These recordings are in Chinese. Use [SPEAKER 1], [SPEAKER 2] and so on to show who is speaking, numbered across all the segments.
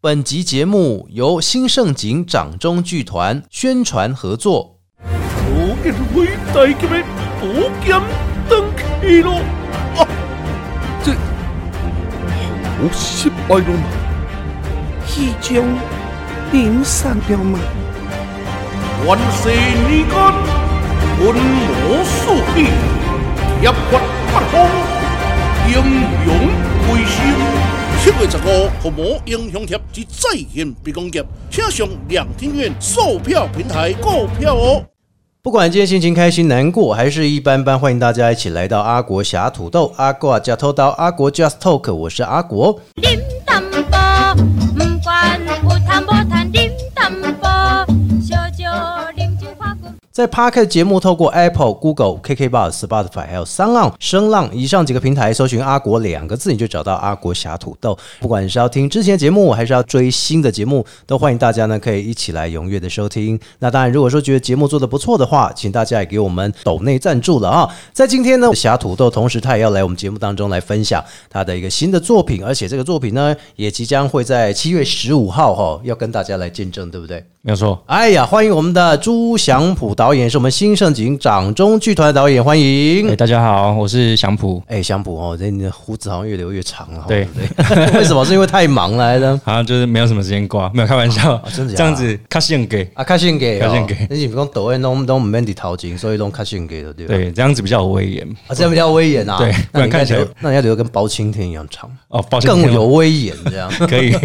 [SPEAKER 1] 本集节目由新盛景掌中剧团宣传合作。
[SPEAKER 2] 我给伟大革命不敢登基了！啊，这好失败了嘛！
[SPEAKER 3] 已將點散掉嗎？
[SPEAKER 2] 還是你干本我所必，一骨不空，英勇背心。七月十五，服务英雄帖之在线被攻击，请上两天院售票平台购票哦。
[SPEAKER 1] 不管今天心情开心、难过还是一般般，欢迎大家一起来到阿国侠土豆、阿国加偷刀、阿国 Just Talk，我是阿国。
[SPEAKER 4] điểm tâm bò Mùm quan bù tham bò than điểm tâm bò Cho cho điểm chữ khoa cùng
[SPEAKER 1] 在 Park 节目透过 Apple、Google、KKBox、Spotify 还有三浪、声浪以上几个平台搜寻“阿国”两个字，你就找到阿国侠土豆。不管是要听之前的节目，还是要追新的节目，都欢迎大家呢可以一起来踊跃的收听。那当然，如果说觉得节目做的不错的话，请大家也给我们抖内赞助了啊！在今天呢，侠土豆同时他也要来我们节目当中来分享他的一个新的作品，而且这个作品呢也即将会在七月十五号哈、要跟大家来见证，对不对？
[SPEAKER 5] 没有错，
[SPEAKER 1] 哎呀，欢迎我们的朱祥普导演，是我们新盛景掌中剧团的导演，欢
[SPEAKER 5] 哎、
[SPEAKER 1] 迎。
[SPEAKER 5] 大家好，我是祥普，
[SPEAKER 1] 哎，祥普哦，这你的胡子好像越留越长了，
[SPEAKER 5] 对
[SPEAKER 1] 不对？为什么？是因为太忙来的。
[SPEAKER 5] 好像啊就是没有什么时间挂，没有开玩笑，
[SPEAKER 1] 啊真的假的
[SPEAKER 5] 这样子卡线给，
[SPEAKER 1] 啊，卡信给、哦，
[SPEAKER 5] 较性格
[SPEAKER 1] 你是讲导演拢拢唔免伫头前，所以拢卡信给的，对吧？
[SPEAKER 5] 对，这样子比较有威严
[SPEAKER 1] 啊，这样比较威严啊。
[SPEAKER 5] 对
[SPEAKER 1] 那你
[SPEAKER 5] 不然
[SPEAKER 1] 应该
[SPEAKER 5] 看起来
[SPEAKER 1] 留，那你要留得跟包青天一样长，
[SPEAKER 5] 哦，抱歉，
[SPEAKER 1] 更有威严这样。
[SPEAKER 5] 可以，
[SPEAKER 1] 可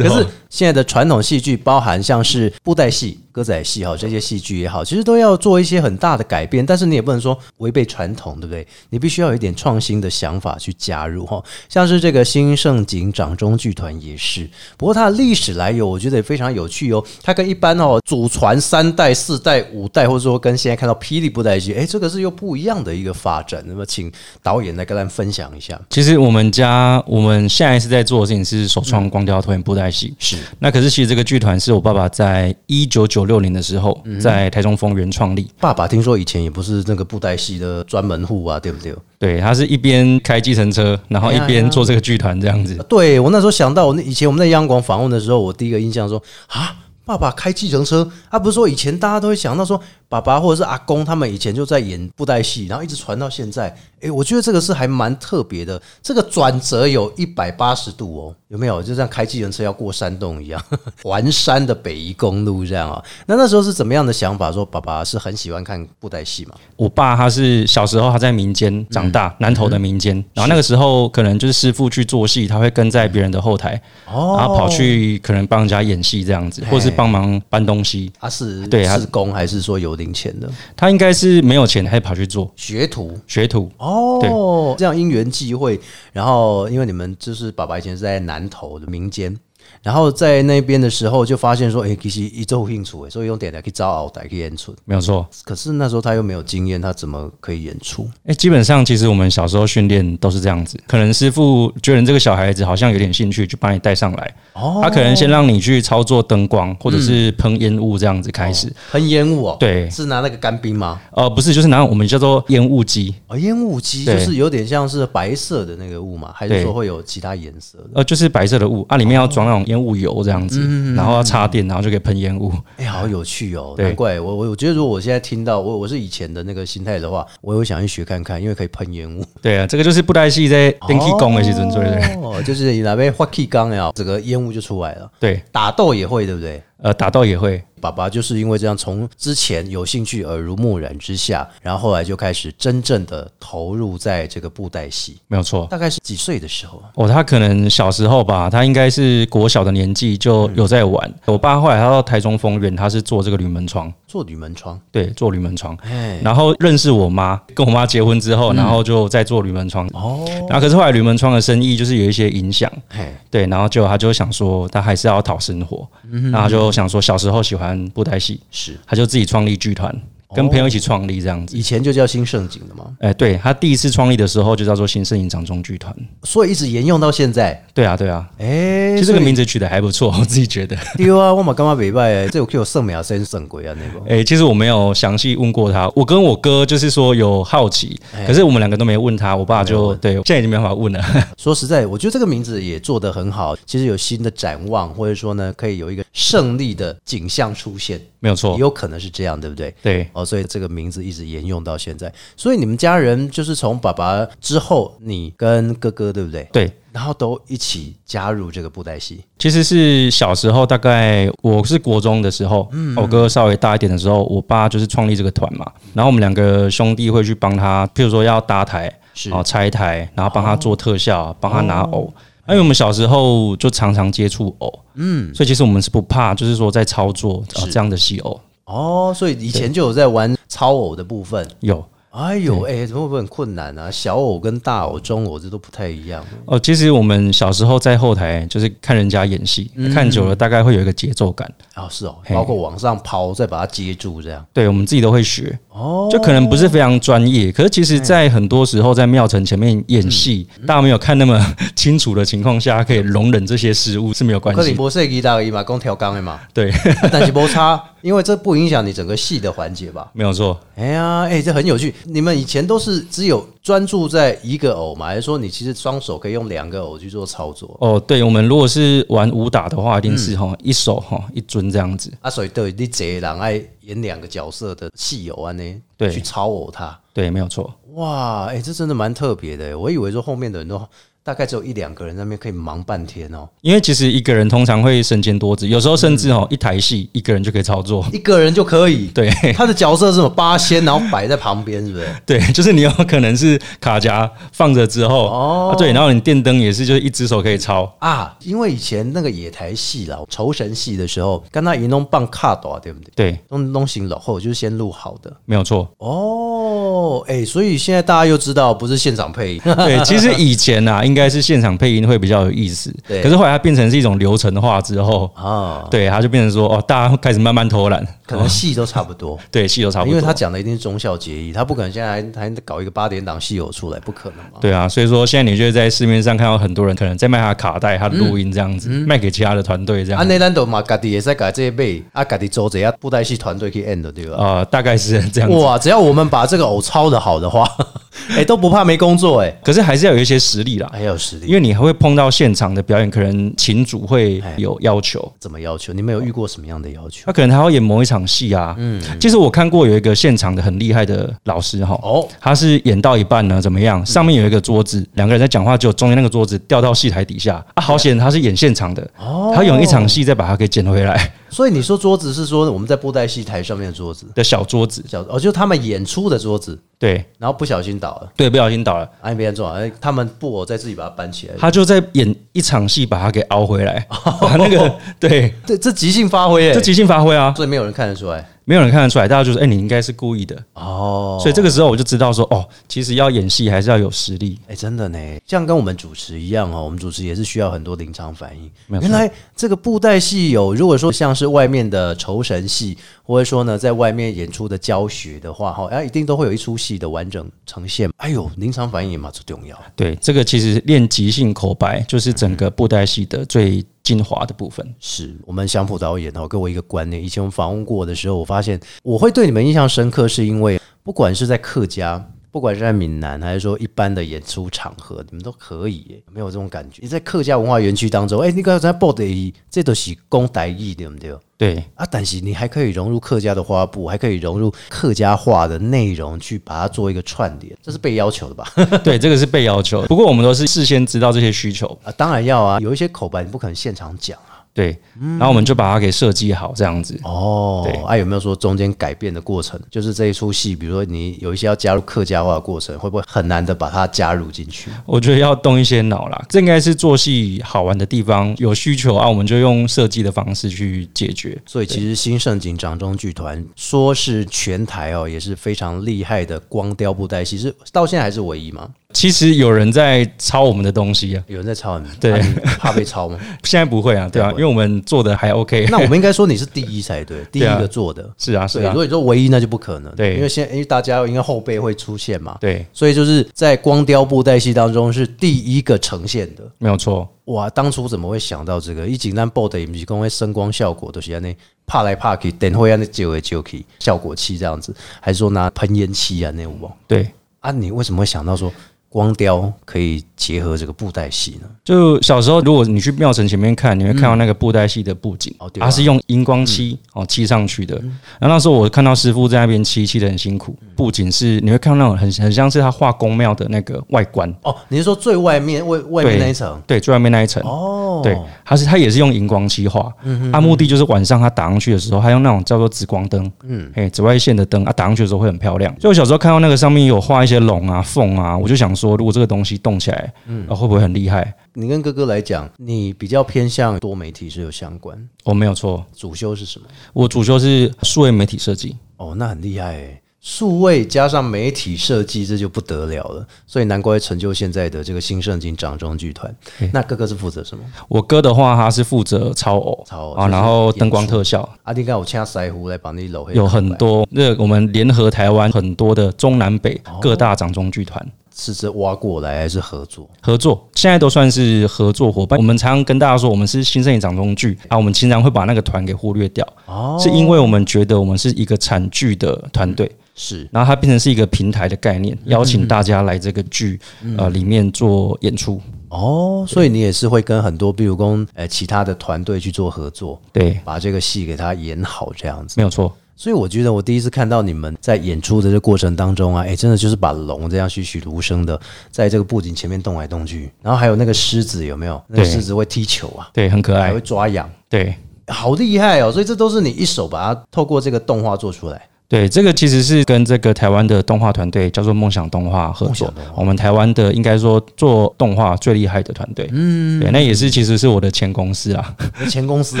[SPEAKER 5] 可
[SPEAKER 1] 是现在的传统戏剧，包含像是布袋戏、歌仔戏哈这些戏剧也好，其实都要做一些很大的改变，但是你也不能说违背传统，对不对？你必须要有一点创新的想法去加入哈。像是这个新盛景掌中剧团也是，不过它的历史来由，我觉得也非常有趣哦。它跟一般哦祖传三代、四代、五代，或者说跟现在看到霹雳布袋戏，哎，这个是又不一样的一个发展。那么，请导演来跟咱分享一下。
[SPEAKER 5] 其实我们家我们现在是在做的事情是首创光雕拖延布袋戏，
[SPEAKER 1] 嗯是
[SPEAKER 5] 那可是其实这个剧团是我爸爸在一九九六年的时候
[SPEAKER 1] 嗯
[SPEAKER 5] 在台中丰原创立，
[SPEAKER 1] 爸爸听说以前也不是那个布袋戏的专门户啊，对不对？
[SPEAKER 5] 对他是一边开计程车，然后一
[SPEAKER 1] 哎呀
[SPEAKER 5] 边做这个剧团这样子，
[SPEAKER 1] 对我那时候想到，我那以前我们在央广访问的时候，我第一个印象说啊，爸爸开计程车，他、不是说以前大家都会想到说，爸爸或者是阿公他们以前就在演布袋戏，然后一直传到现在。诶，我觉得这个是还蛮特别的，这个转折有一百八十度哦，有没有？就像开计程车要过山洞一样，环山的北宜公路这样啊、那那时候是怎么样的想法？说爸爸是很喜欢看布袋戏嘛？
[SPEAKER 5] 我爸他是小时候他在民间
[SPEAKER 1] 嗯
[SPEAKER 5] 长大，南投的民间，然后那个时候可能就是师傅去做戏，他会跟在别人的后台，
[SPEAKER 1] 哦
[SPEAKER 5] 然后跑去可能帮人家演戏这样子，
[SPEAKER 1] 嘿
[SPEAKER 5] 或是帮忙搬东西。
[SPEAKER 1] 他是
[SPEAKER 5] 对他
[SPEAKER 1] 是工还是说有零钱的
[SPEAKER 5] 他应该是没有钱，还跑去做
[SPEAKER 1] 学徒？
[SPEAKER 5] 学徒。
[SPEAKER 1] 哦，这样因缘际会，然后因为你们就是爸爸以前是在南投的民间，然后在那边的时候就发现说，哎、其实一周兴趣，所以用点来去招鳌台去演出。
[SPEAKER 5] 没有错，
[SPEAKER 1] 可是那时候他又没有经验，他怎么可以演出？
[SPEAKER 5] 哎、基本上其实我们小时候训练都是这样子，可能师傅觉得你这个小孩子好像有点兴趣，就把你带上来。
[SPEAKER 1] 哦嗯
[SPEAKER 5] 他可能先让你去操作灯光，或者是喷烟雾这样子开始。
[SPEAKER 1] 喷烟雾哦，
[SPEAKER 5] 对
[SPEAKER 1] 是拿那个干冰吗？
[SPEAKER 5] 呃，不是，就是拿我们叫做烟雾机，
[SPEAKER 1] 哦，烟雾机就
[SPEAKER 5] 对
[SPEAKER 1] 是有点像是白色的那个雾嘛，还是
[SPEAKER 5] 对
[SPEAKER 1] 说会有其他颜色的？
[SPEAKER 5] 呃，就是白色的雾啊，里面要装那种烟雾油这样子，然后要插电，然后就可以喷烟雾。
[SPEAKER 1] 哎、好有趣哦！
[SPEAKER 5] 对
[SPEAKER 1] 难怪我我我觉得，如果我现在听到我我是以前的那个心态的话，我也会想去学看看，因为可以喷烟雾。
[SPEAKER 5] 对啊，这个就是布袋戏在电气工的时阵做的。
[SPEAKER 1] 哦， 就是你哪边发气缸呀，整啊个烟雾就出来了。
[SPEAKER 5] 对，
[SPEAKER 1] 打斗也会，对不对？
[SPEAKER 5] 呃，打斗也会，
[SPEAKER 1] 爸爸就是因为这样，从之前有兴趣耳濡目染之下，然后后来就开始真正的投入在这个布袋戏。
[SPEAKER 5] 没有错。
[SPEAKER 1] 大概是几岁的时候啊？
[SPEAKER 5] 哦，他可能小时候吧，他应该是国小的年纪就有在玩。我爸后来他到台中丰原，他是做这个铝门窗，
[SPEAKER 1] 做女门窗，
[SPEAKER 5] 对，做铝门窗。
[SPEAKER 1] 哎，
[SPEAKER 5] 然后认识我妈，跟我妈结婚之后，然后就在做铝门窗。
[SPEAKER 1] 哦，
[SPEAKER 5] 然后可是后来铝门窗的生意就是有一些影响，
[SPEAKER 1] 嘿，
[SPEAKER 5] 对，然后就他就想说他还是嗯要讨生活，然后他就想说小时候喜欢布袋戏，
[SPEAKER 1] 是
[SPEAKER 5] 他就自己创立剧团，跟哦朋友一起创立这样子
[SPEAKER 1] 以。前就叫新盛景的嘛，
[SPEAKER 5] 哎、对他第一次创立的时候就叫做新盛影掌中剧团。
[SPEAKER 1] 所以一直沿用到现在。
[SPEAKER 5] 对啊，对啊，
[SPEAKER 1] 哎、
[SPEAKER 5] 其实这个名
[SPEAKER 1] 字
[SPEAKER 5] 字取得还不错，我自己觉得。
[SPEAKER 1] 丢啊，我嘛干嘛北拜哎，这有 Q 圣美啊，真圣鬼啊那个。
[SPEAKER 5] 哎、其实我没有详细问过他，我跟我哥就是说有好奇，可是我们两个都哎没问他，我爸就对，现在已经没办法问了。
[SPEAKER 1] 说实在，我觉得这个名字也做得很好，其实有新的展望，或者说呢，可以有一个胜利的景象出现，
[SPEAKER 5] 没有错
[SPEAKER 1] 也，有可能是这样，对不对？
[SPEAKER 5] 对，
[SPEAKER 1] 哦，所以这个名字一直沿用到现在。所以你们家人就是从爸爸之后，你跟哥哥对不对？
[SPEAKER 5] 对，
[SPEAKER 1] 然后都一起加入这个布袋戏。
[SPEAKER 5] 其实是小时候，大概我是国中的时候，我哥稍微大一点的时候，我爸就是创立这个团嘛，然后我们两个兄弟会去帮他，譬如说要搭台，
[SPEAKER 1] 是
[SPEAKER 5] 然后拆台，然后帮他做特效，帮他拿偶。因为我们小时候就常常接触偶，嗯，所以其实我们是不怕，就是说在操作呃这样的戏偶
[SPEAKER 1] 哦，所以以前就有在玩超偶的部分。
[SPEAKER 5] 有。
[SPEAKER 1] 哎呦，哎、怎么会不会很困难啊？小偶跟大偶、中偶这都不太一样。
[SPEAKER 5] 哦，其实我们小时候在后台就是看人家演戏，看久了大概会有一个节奏感。
[SPEAKER 1] 啊，是哦，
[SPEAKER 5] 嘿
[SPEAKER 1] 包括往上抛，再把它接住，这样
[SPEAKER 5] 对，我们自己都会学哦，哎就可能不是非常专业，可是其实，在很多时候在庙城前面演戏，大家没有看那么清楚的情况下，可以容忍这些失误是没有关
[SPEAKER 1] 克
[SPEAKER 5] 系
[SPEAKER 1] 林
[SPEAKER 5] 的。
[SPEAKER 1] 博士给大一嘛，光调纲的嘛，
[SPEAKER 5] 对，
[SPEAKER 1] 啊但是不差，因为这不影响你整个戏的环节吧？
[SPEAKER 5] 没有错。
[SPEAKER 1] 哎呀，哎、这很有趣。你们以前都是只有专注在一个偶嘛，还是说你其实双手可以用两个偶去做操作？
[SPEAKER 5] 哦，对，我们如果是玩武打的话，一定是哈一手哈一尊这样子。
[SPEAKER 1] 啊，所以对你这个人爱演两个角色的戏偶啊呢，
[SPEAKER 5] 对
[SPEAKER 1] 去操偶他。
[SPEAKER 5] 对，没有错。
[SPEAKER 1] 哇，哎、这真的蛮特别的。我以为说后面的人都大概只有一两个人在那边可以忙半天哦，
[SPEAKER 5] 因为其实一个人通常会身兼多职，有时候甚至哦一台戏一个人就可以操作。
[SPEAKER 1] 一个人就可以。
[SPEAKER 5] 对
[SPEAKER 1] 他的角色是什么八仙，然后摆在旁边，是不是？
[SPEAKER 5] 对，就是你有可能是卡夹放着之后，
[SPEAKER 1] 哦
[SPEAKER 5] 哦、对，然后你电灯也是就是一只手可以操。
[SPEAKER 1] 啊，因为以前那个野台戏啦，酬神戏的时候，跟他一弄棒卡多，对不对？
[SPEAKER 5] 对，
[SPEAKER 1] 弄弄行了后，就是先录好的。
[SPEAKER 5] 没有错。
[SPEAKER 1] 哦，哎、所以现在大家又知道不是现场配音，
[SPEAKER 5] 对，其实以前啊，应该是现场配音会比较有意思，
[SPEAKER 1] 对
[SPEAKER 5] 可是后来它变成是一种流程化之后，
[SPEAKER 1] 啊，
[SPEAKER 5] 对，它就变成说哦，大家开始慢慢偷懒，
[SPEAKER 1] 可能戏都差不多。
[SPEAKER 5] 对，戏都差不
[SPEAKER 1] 因
[SPEAKER 5] 多。
[SPEAKER 1] 为他讲的一定是忠孝节义，他不可能现在还还搞一个八点档戏友出来，不可能嘛。
[SPEAKER 5] 对啊，所以说现在你就会在市面上看到很多人可能在卖他的卡带、他的录音这样子，卖给其他的团队这
[SPEAKER 1] 嗯
[SPEAKER 5] 样
[SPEAKER 1] 啊，。内兰斗嘛，家己也在搞这些背，啊，家己做这下布袋戏团队去 end 的对吧？
[SPEAKER 5] 呃，大概是这样子，
[SPEAKER 1] 哇，只要我们把这个偶抄的好的话， 哎、都不怕没工作、哎，
[SPEAKER 5] 可是还是要有一些实力啦，
[SPEAKER 1] 还有实力。
[SPEAKER 5] 因为你还会碰到现场的表演，可能琴主会
[SPEAKER 1] 哎
[SPEAKER 5] 有要求，
[SPEAKER 1] 怎么要求？你们有遇过什么样的要求？
[SPEAKER 5] 他可能他要演某一场戏啊。嗯，其实我看过有一个现场的很厉害的老师哈，
[SPEAKER 1] 哦
[SPEAKER 5] 他是演到一半呢，怎么样？上面有一个桌子，两个人在讲话，就中间那个桌子掉到戏台底下啊，哦好险他是演现场的，他演一场戏再把它给捡回来
[SPEAKER 1] 所以你说桌子是说我们在布袋戏台上面的桌子，
[SPEAKER 5] 的小桌子，
[SPEAKER 1] 小哦，就他们演出的桌子，
[SPEAKER 5] 对
[SPEAKER 1] 然后不小心倒了，
[SPEAKER 5] 对，不小心倒了，
[SPEAKER 1] 哎，别人做，哎，他们布偶再自己把它搬起来。
[SPEAKER 5] 他就在演一场戏把它给凹回来，把那 个对，
[SPEAKER 1] 这这即兴发挥，哎，
[SPEAKER 5] 这即兴发挥啊，
[SPEAKER 1] 所以没有人看得出来。
[SPEAKER 5] 没有人看得出来，大家就说哎，你应该是故意的，
[SPEAKER 1] 哦，
[SPEAKER 5] 所以这个时候我就知道说哦，其实要演戏还是要有实力，
[SPEAKER 1] 哎，真的呢，像跟我们主持一样哦，我们主持也是需要很多临场反应。
[SPEAKER 5] 没有
[SPEAKER 1] 原
[SPEAKER 5] 错
[SPEAKER 1] 来这个布袋戏有，如果说像是外面的酬神戏，或者说呢，在外面演出的教学的话，哈，哎，一定都会有一出戏的完整呈现。哎呦，临场反应也蛮重要。
[SPEAKER 5] 对，这个其实练即兴口白就是整个布袋戏的最精华的部分。
[SPEAKER 1] 是我们祥普导演哦，给我一个观念。以前我们访问过的时候，我发现我会对你们印象深刻，是因为不管是在客家，不管是在闽南，还是说一般的演出场合，你们都可以耶，有没有这种感觉？你在客家文化园区当中，哎、你刚才报的这都是公台语对不对？
[SPEAKER 5] 对，
[SPEAKER 1] 啊，但是你还可以融入客家的花布，还可以融入客家话的内容，去把它做一个串联，这是被要求的吧？
[SPEAKER 5] 对，这个是被要求的。不过我们都是事先知道这些需求，
[SPEAKER 1] 啊，当然要啊，有一些口白你不可能现场讲啊。
[SPEAKER 5] 对，然后我们就把它给设计好，这样子。
[SPEAKER 1] 哦
[SPEAKER 5] 对，
[SPEAKER 1] 啊，有没有说中间改变的过程？就是这一出戏，比如说你有一些要加入客家话的过程，会不会很难的把它加入进去？
[SPEAKER 5] 我觉得要动一些脑啦，这应该是做戏好玩的地方。有需求啊，我们就用设计的方式去解决。
[SPEAKER 1] 所以其实新盛景掌中剧团说是全台哦，也是非常厉害的光雕布袋戏，是到现在还是唯一吗？
[SPEAKER 5] 其实有人在抄我们的东西啊，
[SPEAKER 1] 有人在抄你，
[SPEAKER 5] 对
[SPEAKER 1] 怕你怕被抄 吗？
[SPEAKER 5] 现在不会啊，对啊，
[SPEAKER 1] 对不会
[SPEAKER 5] 因为我们做的还 OK。
[SPEAKER 1] 那我们应该说你是第一才对，第一
[SPEAKER 5] 对啊
[SPEAKER 1] 个做的。
[SPEAKER 5] 是啊是
[SPEAKER 1] 对，如
[SPEAKER 5] 啊，
[SPEAKER 1] 果你说唯一，那就不可能。
[SPEAKER 5] 对啊
[SPEAKER 1] 因为现因为大家应该后辈会出现嘛。，
[SPEAKER 5] 对，
[SPEAKER 1] 所以就是在光雕布袋戏当中是第一个呈现的。
[SPEAKER 5] 没有错。
[SPEAKER 1] 哇，当初怎么会想到这个？一景单布的不是讲会声光效果都、是那怕来怕去，等会安那揪来揪去，效果器这样子，还是说拿喷烟漆啊那种哦？
[SPEAKER 5] 对，
[SPEAKER 1] 啊，你为什么会想到说光雕可以结合这个布袋戏呢？
[SPEAKER 5] 就小时候，如果你去庙城前面看，你会看到那个布袋戏的布景，
[SPEAKER 1] 哦对啊嗯
[SPEAKER 5] 它是用荧光漆哦漆上去的。然后那时候我看到师傅在那边漆，漆的很辛
[SPEAKER 1] 嗯
[SPEAKER 5] 苦。布景是你会看到那种很很像是他画宫庙的那个外观，
[SPEAKER 1] 哦，你是说最外面外外面那一层？
[SPEAKER 5] 对，最外面那一层。
[SPEAKER 1] 哦，嗯
[SPEAKER 5] 对，它是它也是用荧光漆画，它目的就是晚上它打上去的时候，它用那种叫做紫光灯，嗯，哎，紫外线的灯，它打上去的时候会很漂亮。所以我小时候看到那个上面有画一些龙啊、凤啊，我就想说，如果这个东西动起来，嗯，会不会很厉害？
[SPEAKER 1] 你跟哥哥来讲，你比较偏向多媒体是有相关，
[SPEAKER 5] 哦，没有错，
[SPEAKER 1] 主修是什么？
[SPEAKER 5] 我主修是数位媒体设计，
[SPEAKER 1] 哦，那很厉害诶，数位加上媒体设计，这就不得了了，所以难怪会成就现在的这个新盛景掌中剧团。那哥哥是负责什么？
[SPEAKER 5] 我哥的话，他是负责超偶，
[SPEAKER 1] 超偶
[SPEAKER 5] 啊，
[SPEAKER 1] 就是
[SPEAKER 5] 然后
[SPEAKER 1] 演出
[SPEAKER 5] 灯光特效
[SPEAKER 1] 阿弟啊刚我请腮胡来帮你搂黑，
[SPEAKER 5] 有很多，那我们联合台湾很多的中南北
[SPEAKER 1] 哦
[SPEAKER 5] 各大掌中剧团。
[SPEAKER 1] 是这挖过来还是合作？
[SPEAKER 5] 合作，现在都算是合作伙伴。我们常常跟大家说，我们是新盛影掌中剧啊，我们经常会把那个团给忽略掉，
[SPEAKER 1] 哦
[SPEAKER 5] 是因为我们觉得我们是一个产剧的团队，
[SPEAKER 1] 嗯是
[SPEAKER 5] 然后它变成是一个平台的概
[SPEAKER 1] 嗯
[SPEAKER 5] 念，邀请大家来这个剧呃里面做演出。
[SPEAKER 1] 哦，所以你也是会跟很多，比如跟呃其他的团队去做合作，
[SPEAKER 5] 对，
[SPEAKER 1] 把这个戏给他演好这样子
[SPEAKER 5] 没。有错。
[SPEAKER 1] 所以我觉得我第一次看到你们在演出的这过程当中啊，哎，真的就是把龙这样栩栩如生的在这个布景前面动来动去，然后还有那个狮子有没有？那个
[SPEAKER 5] 对
[SPEAKER 1] 狮子会踢球啊，
[SPEAKER 5] 对，很可
[SPEAKER 1] 还
[SPEAKER 5] 爱
[SPEAKER 1] 会。抓痒，
[SPEAKER 5] 对
[SPEAKER 1] 好厉害哦！所以这都是你一手把它透过这个动画做出来。
[SPEAKER 5] 对，这个其实是跟这个台湾的动画团队叫做梦想动画合作。我们台湾的应该说做动画最厉害的团队。嗯，对，那也是其实是我的前公司啊，
[SPEAKER 1] 前公司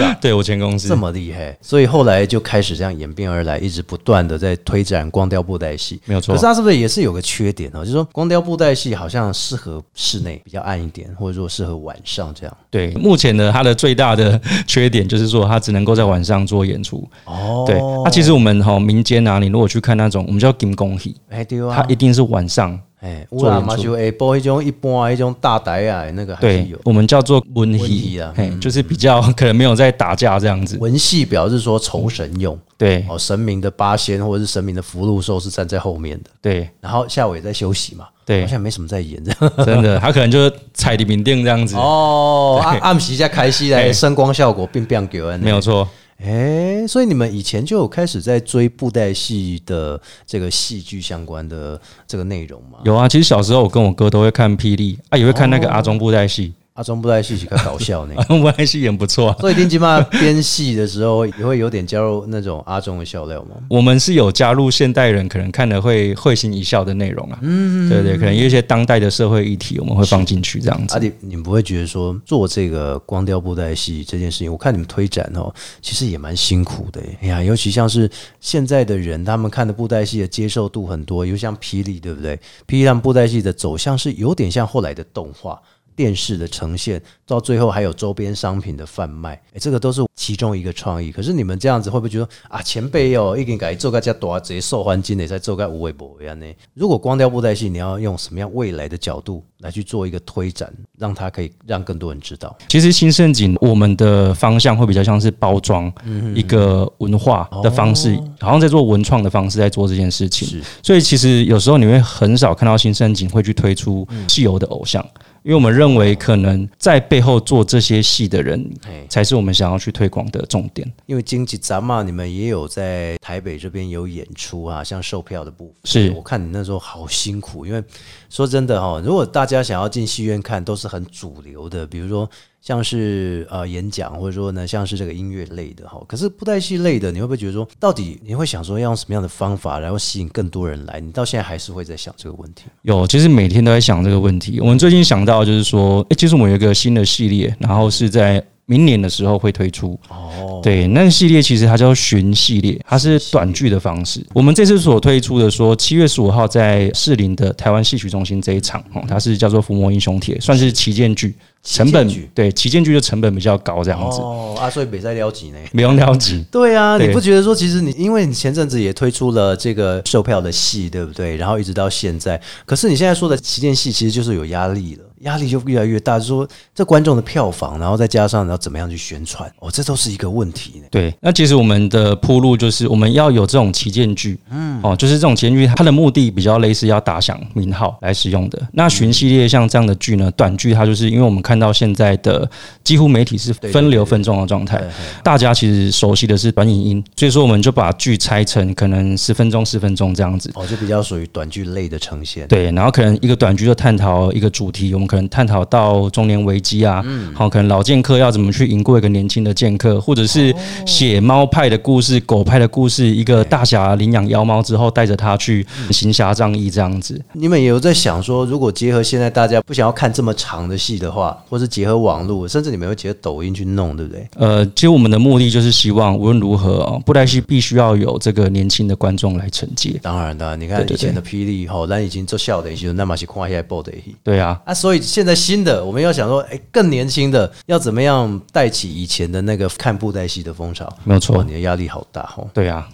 [SPEAKER 1] 啊，
[SPEAKER 5] 对我前公司
[SPEAKER 1] 这么厉害，所以后来就开始这样演变而来，一直不断的在推展光雕布袋戏。
[SPEAKER 5] 没有错
[SPEAKER 1] 可是它是不是也是有个缺点哦呢、就是说光雕布袋戏好像适合室内比较暗一点，或者说适合晚上这样。
[SPEAKER 5] 对，目前呢，它的最大的 缺点就是说，它只能够在晚上做演出。
[SPEAKER 1] 哦
[SPEAKER 5] 对，那、其实我们哈、民间啊，你如果去看那种我们叫金工戏，
[SPEAKER 1] 哎对啊，
[SPEAKER 5] 它一定是晚上。
[SPEAKER 1] 哎，乌
[SPEAKER 5] 做
[SPEAKER 1] 拉
[SPEAKER 5] 演
[SPEAKER 1] 马
[SPEAKER 5] 出
[SPEAKER 1] 修哎，播一种一般一种大台啊，那个还是
[SPEAKER 5] 对
[SPEAKER 1] 有，。
[SPEAKER 5] 我们叫做文
[SPEAKER 1] 文
[SPEAKER 5] 戏
[SPEAKER 1] 戏啊
[SPEAKER 5] 嘿，就是比较 可能没有在打架这样子。
[SPEAKER 1] 文戏表示说酬神用
[SPEAKER 5] 对
[SPEAKER 1] 哦，神明的八仙或者是神明的福禄寿是站在后面的，
[SPEAKER 5] 对
[SPEAKER 1] 然后下午也在休息嘛，
[SPEAKER 5] 对
[SPEAKER 1] 好像没什么在 演这样。
[SPEAKER 5] 真的，他可能就是彩礼明定这样子，
[SPEAKER 1] 哦，暗暗时加开戏来
[SPEAKER 5] 嘿
[SPEAKER 1] 声光效果变变给完
[SPEAKER 5] 没有。错。
[SPEAKER 1] 哎、所以你们以前就有开始在追布袋戏的这个戏剧相关的这个内容吗？
[SPEAKER 5] 有啊，其实小时候我跟我哥都会看霹雳啊，也会看那个阿中布袋戏，
[SPEAKER 1] 阿中啊布袋戏比较搞笑呢
[SPEAKER 5] 阿，中布袋戏演不错啊、
[SPEAKER 1] 所以丁吉妈编戏的时候也会有点加入那种阿中的笑料吗？
[SPEAKER 5] 我们是有加入现代人可能看了会会心一笑的内容啊，嗯，对对，可能有一些当代的社会议题我们会放进去这样
[SPEAKER 1] 啊，
[SPEAKER 5] 子。
[SPEAKER 1] 你你们不会觉得说做这个光雕布袋戏这件事情，我看你们推展哦，其实也蛮辛苦的耶。哎呀，尤其像是现在的人，他们看的布袋戏的接受度很多，尤其像霹雳，对不对？霹雳他们布袋戏的走向是有点像后来的动画。电视的呈现到最后还有周边商品的贩卖，哎，这个都是其中一个创意。可是你们这样子会不会觉得啊，前辈哦，一定改做个加多直接受欢迎的，再做个无微博样呢？如果光雕布袋戏，你要用什么样未来的角度来去做一个推展，让它可以让更多人知道？
[SPEAKER 5] 其实新盛景我们的方向会比较像是包装一个文化的方式，好像在做文创的方式在做这件事情
[SPEAKER 1] 是，
[SPEAKER 5] 所以其实有时候你会很少看到新盛景会去推出戏游的偶像，因为我们认为可能在背后做这些戏的人
[SPEAKER 1] 哎，
[SPEAKER 5] 才是我们想要去推广的重点。
[SPEAKER 1] 因为经济咱嘛，你们也有在台北这边有演出啊，像售票的部分。
[SPEAKER 5] 是
[SPEAKER 1] 我看你那时候好辛苦，因为说真的哈、如果大家想要进戏院看，都是很主流的，比如说像是呃演讲，或者说呢像是这个音乐类的哈、可是布袋戏类的，你会不会觉得说，到底你会想说要用什么样的方法，然后吸引更多人来？你到现在还是会在想这个问题。
[SPEAKER 5] 有，其实每天都在想这个问题。我们最近想到就是说，诶，其实我们有一个新的系列，然后是在明年的时候会推出。
[SPEAKER 1] 哦，
[SPEAKER 5] 对，那个系列其实它叫寻系列，它是短剧的方式。我们这次所推出的说，七月十五号在士林的台湾戏曲中心这一场，哦，它是叫做《伏魔英雄帖》，算是旗舰剧，成本
[SPEAKER 1] 旗舰剧
[SPEAKER 5] 对旗舰剧的成本比较高，这样子，
[SPEAKER 1] 哦，啊，所以北在撩级呢。
[SPEAKER 5] 没有了解。
[SPEAKER 1] 对啊，
[SPEAKER 5] 对
[SPEAKER 1] 你不觉得说，其实你因为你前阵子也推出了这个售票的戏，对不对？然后一直到现在，可是你现在说的旗舰戏，其实就是有压力了，压力就越来越大。就是说这观众的票房，然后再加上你要怎么样去宣传，哦，这都是一个问题呢。
[SPEAKER 5] 对，那其实我们的铺路就是我们要有这种旗舰剧，嗯，哦，就是这种旗舰剧，它的目的比较类似要打响名号来使用的。那寻系列像这样的剧呢，短剧它就是因为我们看到现在的几乎媒体是
[SPEAKER 1] 对对
[SPEAKER 5] 分流分众的状态，大家其实熟悉的是短影音，所以说我们就把剧拆成可能十分钟、十分钟这样子。
[SPEAKER 1] 哦，就比较属于短剧类的呈现。
[SPEAKER 5] 对，然后可能一个短剧就探讨一个主题，我们可能探讨到中年危机啊，好、可能老剑客要怎么去赢过一个年轻的剑客，或者是写猫派的故事、狗派的故事，一个大侠领养妖猫之后，带着它去行侠仗义这样子。
[SPEAKER 1] 你们也有在想说，如果结合现在大家不想要看这么长的戏的话，或是结合网络，甚至你们会结合抖音去弄，对不对？
[SPEAKER 5] 呃，其实我们的目的就是希望无论如何哦，布袋戏必须要有这个年轻的观众来承接。
[SPEAKER 1] 当然，当然，你看
[SPEAKER 5] 对对对
[SPEAKER 1] 以前的霹雳吼，咱已经做笑的，其实那么是看下报的
[SPEAKER 5] 对啊，
[SPEAKER 1] 啊，所以现在新的，我们要想说，哎、更年轻的要怎么样带起以前的那个看布袋戏的风潮？
[SPEAKER 5] 没有错
[SPEAKER 1] 哇你的压力好大哦。
[SPEAKER 5] 对啊，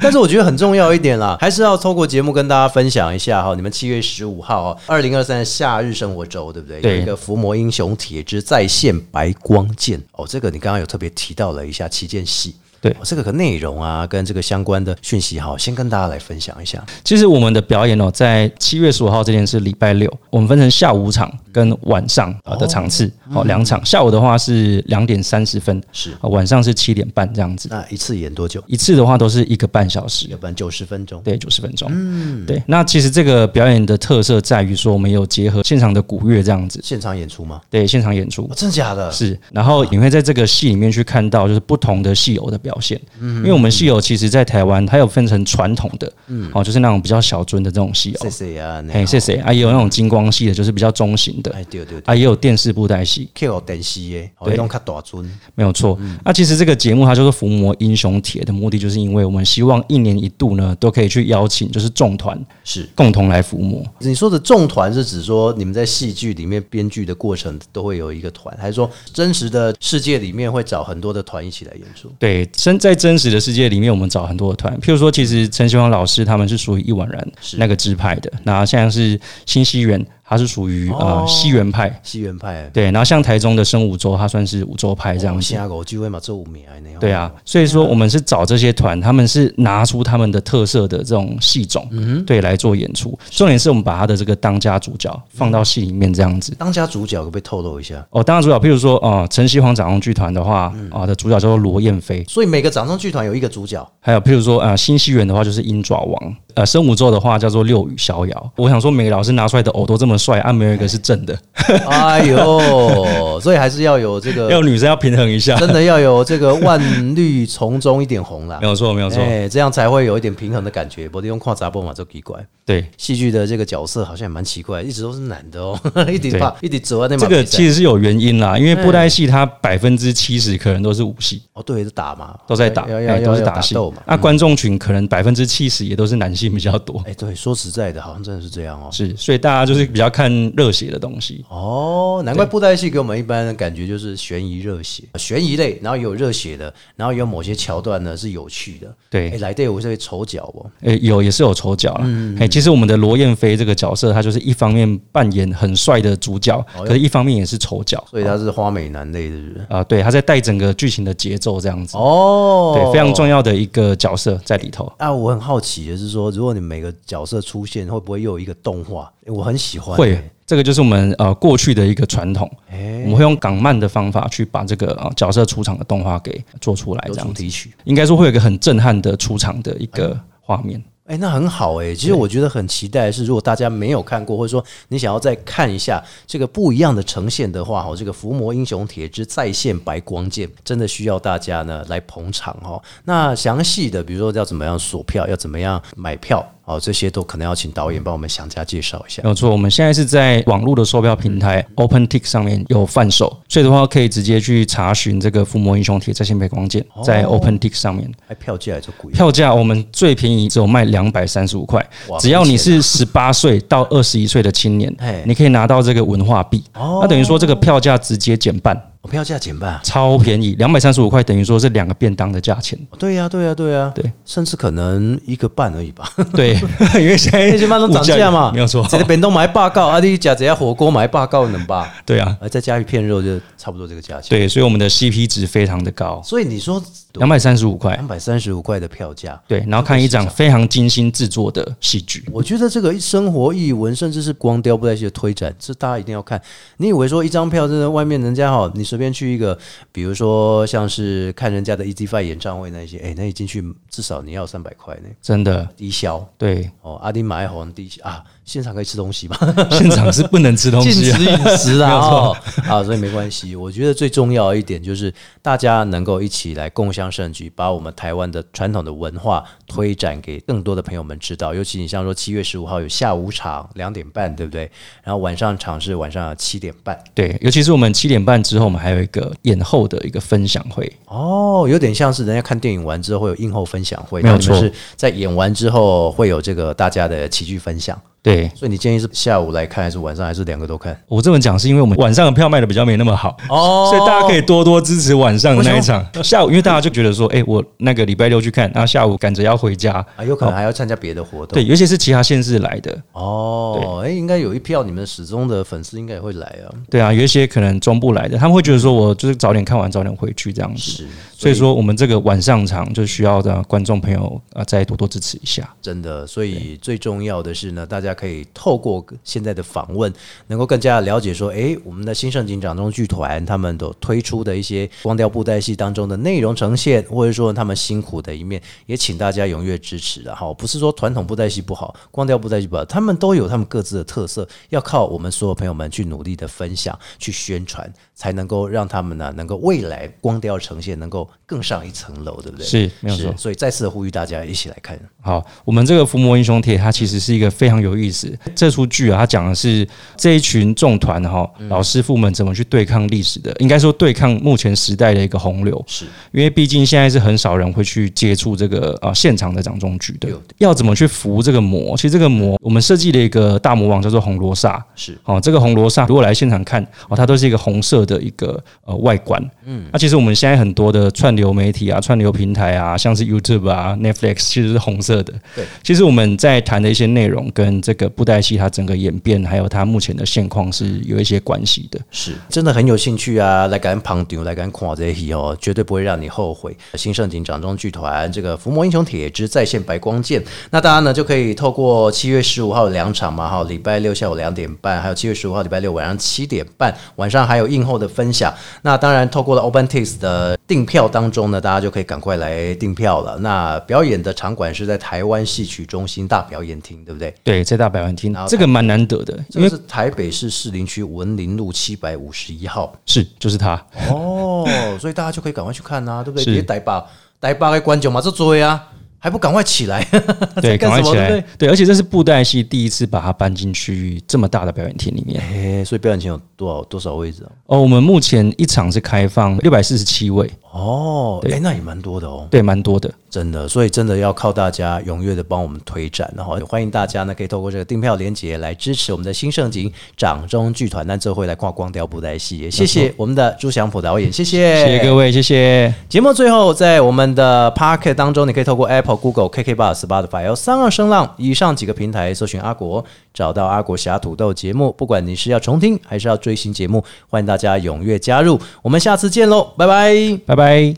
[SPEAKER 1] 但是我觉得很重要一点啦，还是要透过节目跟大家分享一下哈，你们七月十五号哦，二零二三夏日生活周，对不对？
[SPEAKER 5] 对
[SPEAKER 1] 有一个伏魔英雄铁之在线白光剑哦，这个你刚刚有特别提到了一下旗舰戏。
[SPEAKER 5] 对
[SPEAKER 1] 哦这个内容啊，跟这个相关的讯息哈，先跟大家来分享一下。
[SPEAKER 5] 其实我们的表演哦，在七月十五号这天是礼拜六，我们分成下午场跟晚上啊的场次，哦，两场。下午的话是两点三十分，
[SPEAKER 1] 是
[SPEAKER 5] 啊晚上是七点半这样子。
[SPEAKER 1] 那一次演多久？
[SPEAKER 5] 一次的话都是一个半小时
[SPEAKER 1] 要，不然九十分钟。
[SPEAKER 5] 对，九十分钟。嗯，对。那其实这个表演的特色在于说，我们有结合现场的鼓乐这样子，
[SPEAKER 1] 现场演出吗？
[SPEAKER 5] 对，现场演出
[SPEAKER 1] 哦、。真的假的？
[SPEAKER 5] 是，然后你会在这个戏里面去看到就是不同的戏友的表现，因为我们戏友其实，在台湾它有分成传统的，哦，就是那种比较小尊的这种戏友，
[SPEAKER 1] 谢谢啊，那
[SPEAKER 5] 嘿，
[SPEAKER 1] 样
[SPEAKER 5] 谢谢啊，也有那种金光系的，就是比较中型的
[SPEAKER 1] 哎，对对对，
[SPEAKER 5] 啊，也有电视布袋戏，
[SPEAKER 1] 去有电视的，哦，
[SPEAKER 5] 对
[SPEAKER 1] 用较大尊，
[SPEAKER 5] 没有错。那、其实这个节目它就是《伏魔英雄帖》的目的，就是因为我们希望一年一度呢，都可以去邀请就是众团
[SPEAKER 1] 是。
[SPEAKER 5] 共同来伏魔。
[SPEAKER 1] 你说的众团是指说你们在戏剧里面编剧的过程都会有一个团，还是说真实的世界里面会找很多的团一起来演出？
[SPEAKER 5] 对，真在真实的世界里面，我们找很多的团，譬如说，其实陈希望老师他们是属于一婉然那个支派的，那现在是新西园，他是属于、呃西园派。
[SPEAKER 1] 西园派啊
[SPEAKER 5] 对，然后像台中的生五洲，他算是五洲派这样子。
[SPEAKER 1] 新加坡聚会嘛，这五名那样。
[SPEAKER 5] 对啊，所以说我们是找这些团，他们是拿出他们的特色的这种戏种，
[SPEAKER 1] 嗯
[SPEAKER 5] 对来做演出。重点是我们把他的这个当家主角放到戏里面这样子。
[SPEAKER 1] 当家主角可不可以透露一下？
[SPEAKER 5] 哦，当家主角，譬如说，哦、晨曦皇掌控剧团的话，
[SPEAKER 1] 嗯
[SPEAKER 5] 啊、的主角叫做罗燕飞。
[SPEAKER 1] 所以每个掌上剧团有一个主 角，
[SPEAKER 5] 还有譬如说，呃，新西园的话就是鹰爪王，呃，生五洲的话叫做六羽逍遥。我想说，每个老师拿出来的偶都这么帅，啊，没有一个是正的，
[SPEAKER 1] 哎呦，所以还是要有这
[SPEAKER 5] 要
[SPEAKER 1] 个，
[SPEAKER 5] 女生要平衡一下。
[SPEAKER 1] 呃真的要有这个万绿丛中一点红啦
[SPEAKER 5] 没。有错，没有错，
[SPEAKER 1] 哎，这样才会有一点平衡的感觉，不然用跨杂波嘛，就奇怪。
[SPEAKER 5] 对。
[SPEAKER 1] 戏剧的这个角色好像也蛮奇怪，一直都是男的哦， 一直
[SPEAKER 5] 嗯对
[SPEAKER 1] 怕，一直走啊那
[SPEAKER 5] 这个其
[SPEAKER 1] 实
[SPEAKER 5] 实是有原因啦，因
[SPEAKER 1] 哎
[SPEAKER 5] 为布袋戏它百分之七十可能都是武戏，
[SPEAKER 1] 哦对，是打嘛，
[SPEAKER 5] 都在打，
[SPEAKER 1] 要
[SPEAKER 5] 哎
[SPEAKER 1] 要
[SPEAKER 5] 都
[SPEAKER 1] 要
[SPEAKER 5] 是
[SPEAKER 1] 要打
[SPEAKER 5] 戏
[SPEAKER 1] 斗嘛。嗯
[SPEAKER 5] 那观众群可能百分之七十也都是男性比较多，
[SPEAKER 1] 哎，对，说实在的，好像真的是这样哦。
[SPEAKER 5] 是，所以大家就是比较看热血的东西。
[SPEAKER 1] 哦，难怪布袋戏给我们一般的感觉就是悬疑热血，悬疑类，然后有热血的，然后有某些桥段呢是有趣的。
[SPEAKER 5] 对
[SPEAKER 1] 哎，来对我是会丑角哦，
[SPEAKER 5] 诶、哎有也是有丑角啦。
[SPEAKER 1] 嗯
[SPEAKER 5] 诶、其实我们的罗燕飞这个角色，他就是一方面扮演很帅的主角，可是一方面也是丑角。
[SPEAKER 1] 哦所以他是花美男类的人。
[SPEAKER 5] 啊、对，他在带整个剧情的节奏这样子。
[SPEAKER 1] 哦，
[SPEAKER 5] 对，非常重要的一个角色在里头。
[SPEAKER 1] 啊，我很好奇的是说，如果你每个角色出现，会不会又有一个动画？哎我很喜欢、
[SPEAKER 5] 会
[SPEAKER 1] 哎，
[SPEAKER 5] 这个就是我们呃过去的一个传统，我们会用港漫的方法去把这个呃角色出场的动画给做出来，
[SPEAKER 1] 有
[SPEAKER 5] 这
[SPEAKER 1] 主
[SPEAKER 5] 样子。
[SPEAKER 1] 题曲。
[SPEAKER 5] 应该说会有一个很震撼的出场的一
[SPEAKER 1] 嗯
[SPEAKER 5] 个画面。
[SPEAKER 1] 哎、那很好哎、其实我觉得很期待的是，如果大家没有看过，或者说你想要再看一下这个不一样的呈现的话，哦，这个《伏魔英雄帖之在线白光剑》真的需要大家呢来捧场哦。那详细的，比如说要怎么样锁票，要怎么样买票，哦，这些都可能要请导演帮我们详加介绍一下
[SPEAKER 5] 没。有错，我们现在是在网络的售票平台
[SPEAKER 1] 嗯
[SPEAKER 5] OpenTix 上面有贩售，所以的话可以直接去查询这个《伏魔英雄帖》在线北光键，
[SPEAKER 1] 哦
[SPEAKER 5] 在 OpenTix 上面。
[SPEAKER 1] 哎，票价也就贵，
[SPEAKER 5] 票价我们最便宜只有卖两百三十五块
[SPEAKER 1] 哇，
[SPEAKER 5] 只要你是十八岁到二十一岁的青年
[SPEAKER 1] 嘿，
[SPEAKER 5] 你可以拿到这个文化币，那等于说这个票价直接减半，
[SPEAKER 1] 哦票价减半啊。
[SPEAKER 5] 超便宜，两百三十五块等于说是两个便当的价钱。
[SPEAKER 1] 哦对呀、对呀、对呀、
[SPEAKER 5] 对，
[SPEAKER 1] 甚至可能一个半而已 吧。
[SPEAKER 5] 对，因为现 在
[SPEAKER 1] 那些饭都涨价嘛，
[SPEAKER 5] 没有错。
[SPEAKER 1] 这个便当买八告，啊，你假只要火锅买八告能吧？
[SPEAKER 5] 对啊，
[SPEAKER 1] 啊，再加一片肉就差不多这个价钱。
[SPEAKER 5] 对，所以我们的 CP 值非常的高，
[SPEAKER 1] 所以你说
[SPEAKER 5] 两百三十五块
[SPEAKER 1] 两。百三十五块的票价，
[SPEAKER 5] 对，然后看一场非常精心制作的戏剧。
[SPEAKER 1] 我觉得这个生活艺文，甚至是光雕布袋戏的推展，这大家一定要看。你以为说一张票真的外面人家好，你随便去一个，比如说像是看人家的 Easy Five 演唱会那一些，哎、那一进去至少你要三百块呢，
[SPEAKER 5] 真的，
[SPEAKER 1] 低消
[SPEAKER 5] 对，
[SPEAKER 1] 哦。阿丁买红低消啊，现场可以吃东西吧？
[SPEAKER 5] 现场是不能吃东
[SPEAKER 1] 禁止
[SPEAKER 5] 西啊。
[SPEAKER 1] 饮食 啦，哦啊，所以没关系。我觉得最重要的一点就是大家能够一起来共襄盛举，把我们台湾的传统的文化推展给更多的朋友们知道。尤其你像说七月十五号有下午场两点半，对不对？然后晚上场是晚上七点半。
[SPEAKER 5] 对，尤其是我们七点半之后，我们还有一个演后的一个分享会。
[SPEAKER 1] 哦，有点像是人家看电影完之后会有映后分享会，
[SPEAKER 5] 没有
[SPEAKER 1] 那你们
[SPEAKER 5] 错
[SPEAKER 1] 是在演完之后会有这个大家的齐聚分享。
[SPEAKER 5] 对
[SPEAKER 1] 所以你建议是下午来看，还是晚上，还是两个都看？
[SPEAKER 5] 我这么讲，是因为我们晚上的票卖的比较没那么好，
[SPEAKER 1] 哦
[SPEAKER 5] 所以大家可以多多支持晚上的那一场。下午，因为大家就觉得说，哎、我那个礼拜六去看，然后下午赶着要回家。
[SPEAKER 1] 啊，有可能还要参加别的活动。
[SPEAKER 5] 对，尤其是其他县市来的，
[SPEAKER 1] 哦，哎、应该有一票你们始终的粉丝应该也会来啊。
[SPEAKER 5] 对啊，有一些可能中部来的，他们会觉得说我就是早点看完，早点回去这样子。
[SPEAKER 1] 是，
[SPEAKER 5] 所以说，我们这个晚上场就需要的观众朋友啊，呃再多多支持一下。
[SPEAKER 1] 真的，所以最重要的是呢，大家可以透过现在的访问，能够更加了解说，哎、我们的新盛景掌中剧团他们所推出的一些光雕布袋戏当中的内容呈现，或者说他们辛苦的一面，也请大家踊跃支持啊！哈，不是说传统布袋戏不好，光雕布袋戏不好，他们都有他们各自的特色，要靠我们所有朋友们去努力的分享、去宣传，才能够让他们呢，能够未来光雕呈现能够更上一层楼，对不对？
[SPEAKER 5] 是没有错
[SPEAKER 1] 所以再次地呼吁大家一起来看。
[SPEAKER 5] 好，我们这个《伏魔英雄帖》它其实是一个非常有意思。这出剧啊，它讲的是这一群众团哈，
[SPEAKER 1] 嗯
[SPEAKER 5] 老师傅们怎么去对抗历史的，应该说对抗目前时代的一个洪流。
[SPEAKER 1] 是
[SPEAKER 5] 因为毕竟现在是很少人会去接触这个啊现场的掌中剧的
[SPEAKER 1] 有，
[SPEAKER 5] 要怎么去服这个魔？其实这个魔，我们设计了一个大魔王叫做红罗刹，
[SPEAKER 1] 是
[SPEAKER 5] 哦，这个红罗刹如果来现场看哦，它都是一个红色的一个呃外观。嗯，那、其实我们现在很多的串流媒体啊、串流平台啊，像是 YouTube 啊、Netflix，其实是红色的。
[SPEAKER 1] 对，
[SPEAKER 5] 其实我们在谈的一些内容跟这个布袋戏它整个演变，还有它目前的现况是有一些关系的。
[SPEAKER 1] 是，真的很有兴趣啊！来敢旁丢，来敢看这些哦，绝对不会让你后悔。新盛景掌中剧团这个《伏魔英雄帖之在线白光剑》，那大家呢就可以透过七月十五号两场嘛，哈，礼拜六下午两点半，还有七月十五号礼拜六晚上七点半，晚上还有映后的分享。那当然，透过了 OpenTix 的订票当中呢，大家就可以赶快来订票了。那表演的场馆是在台湾戏曲中心大表演厅，对不对？
[SPEAKER 5] 对，在大百万厅
[SPEAKER 1] 然后，
[SPEAKER 5] 这个蛮难得的，
[SPEAKER 1] 这个
[SPEAKER 5] 因为
[SPEAKER 1] 是台北市士林区文林路七百五十一号。
[SPEAKER 5] 是就是它。
[SPEAKER 1] 哦，所以大家就可以赶快去看啊，对不对？
[SPEAKER 5] 是
[SPEAKER 1] 别呆吧，呆吧该观众嘛，这追啊，还不赶快起来？ 在
[SPEAKER 5] 对，
[SPEAKER 1] 干
[SPEAKER 5] 赶快
[SPEAKER 1] 什么
[SPEAKER 5] 起来
[SPEAKER 1] 对不！
[SPEAKER 5] 对，而且这是布袋戏第一次把它搬进去这么大的表演厅里面。
[SPEAKER 1] 哎、所以表演前有多少多少位置啊？
[SPEAKER 5] 哦，我们目前一场是开放六百四十七位，
[SPEAKER 1] 哦，哎、那也蛮多的哦，
[SPEAKER 5] 对，蛮多的。
[SPEAKER 1] 真的，所以真的要靠大家踊跃的帮我们推展，然后也欢迎大家呢可以透过这个订票链接来支持我们的新盛景掌中剧团，那这会来挂光雕布袋戏，也谢谢我们的朱祥普导演，谢谢，
[SPEAKER 5] 谢谢各位，谢谢。
[SPEAKER 1] 节目最后，在我们的 Pocket 当中，你可以透过 Apple、Google、KK Bar、Spotify、L 三二声浪以上几个平台搜寻阿国，找到阿国侠土豆节目。不管你是要重听还是要追新节目，欢迎大家踊跃加入。我们下次见喽，拜拜。
[SPEAKER 5] 拜拜。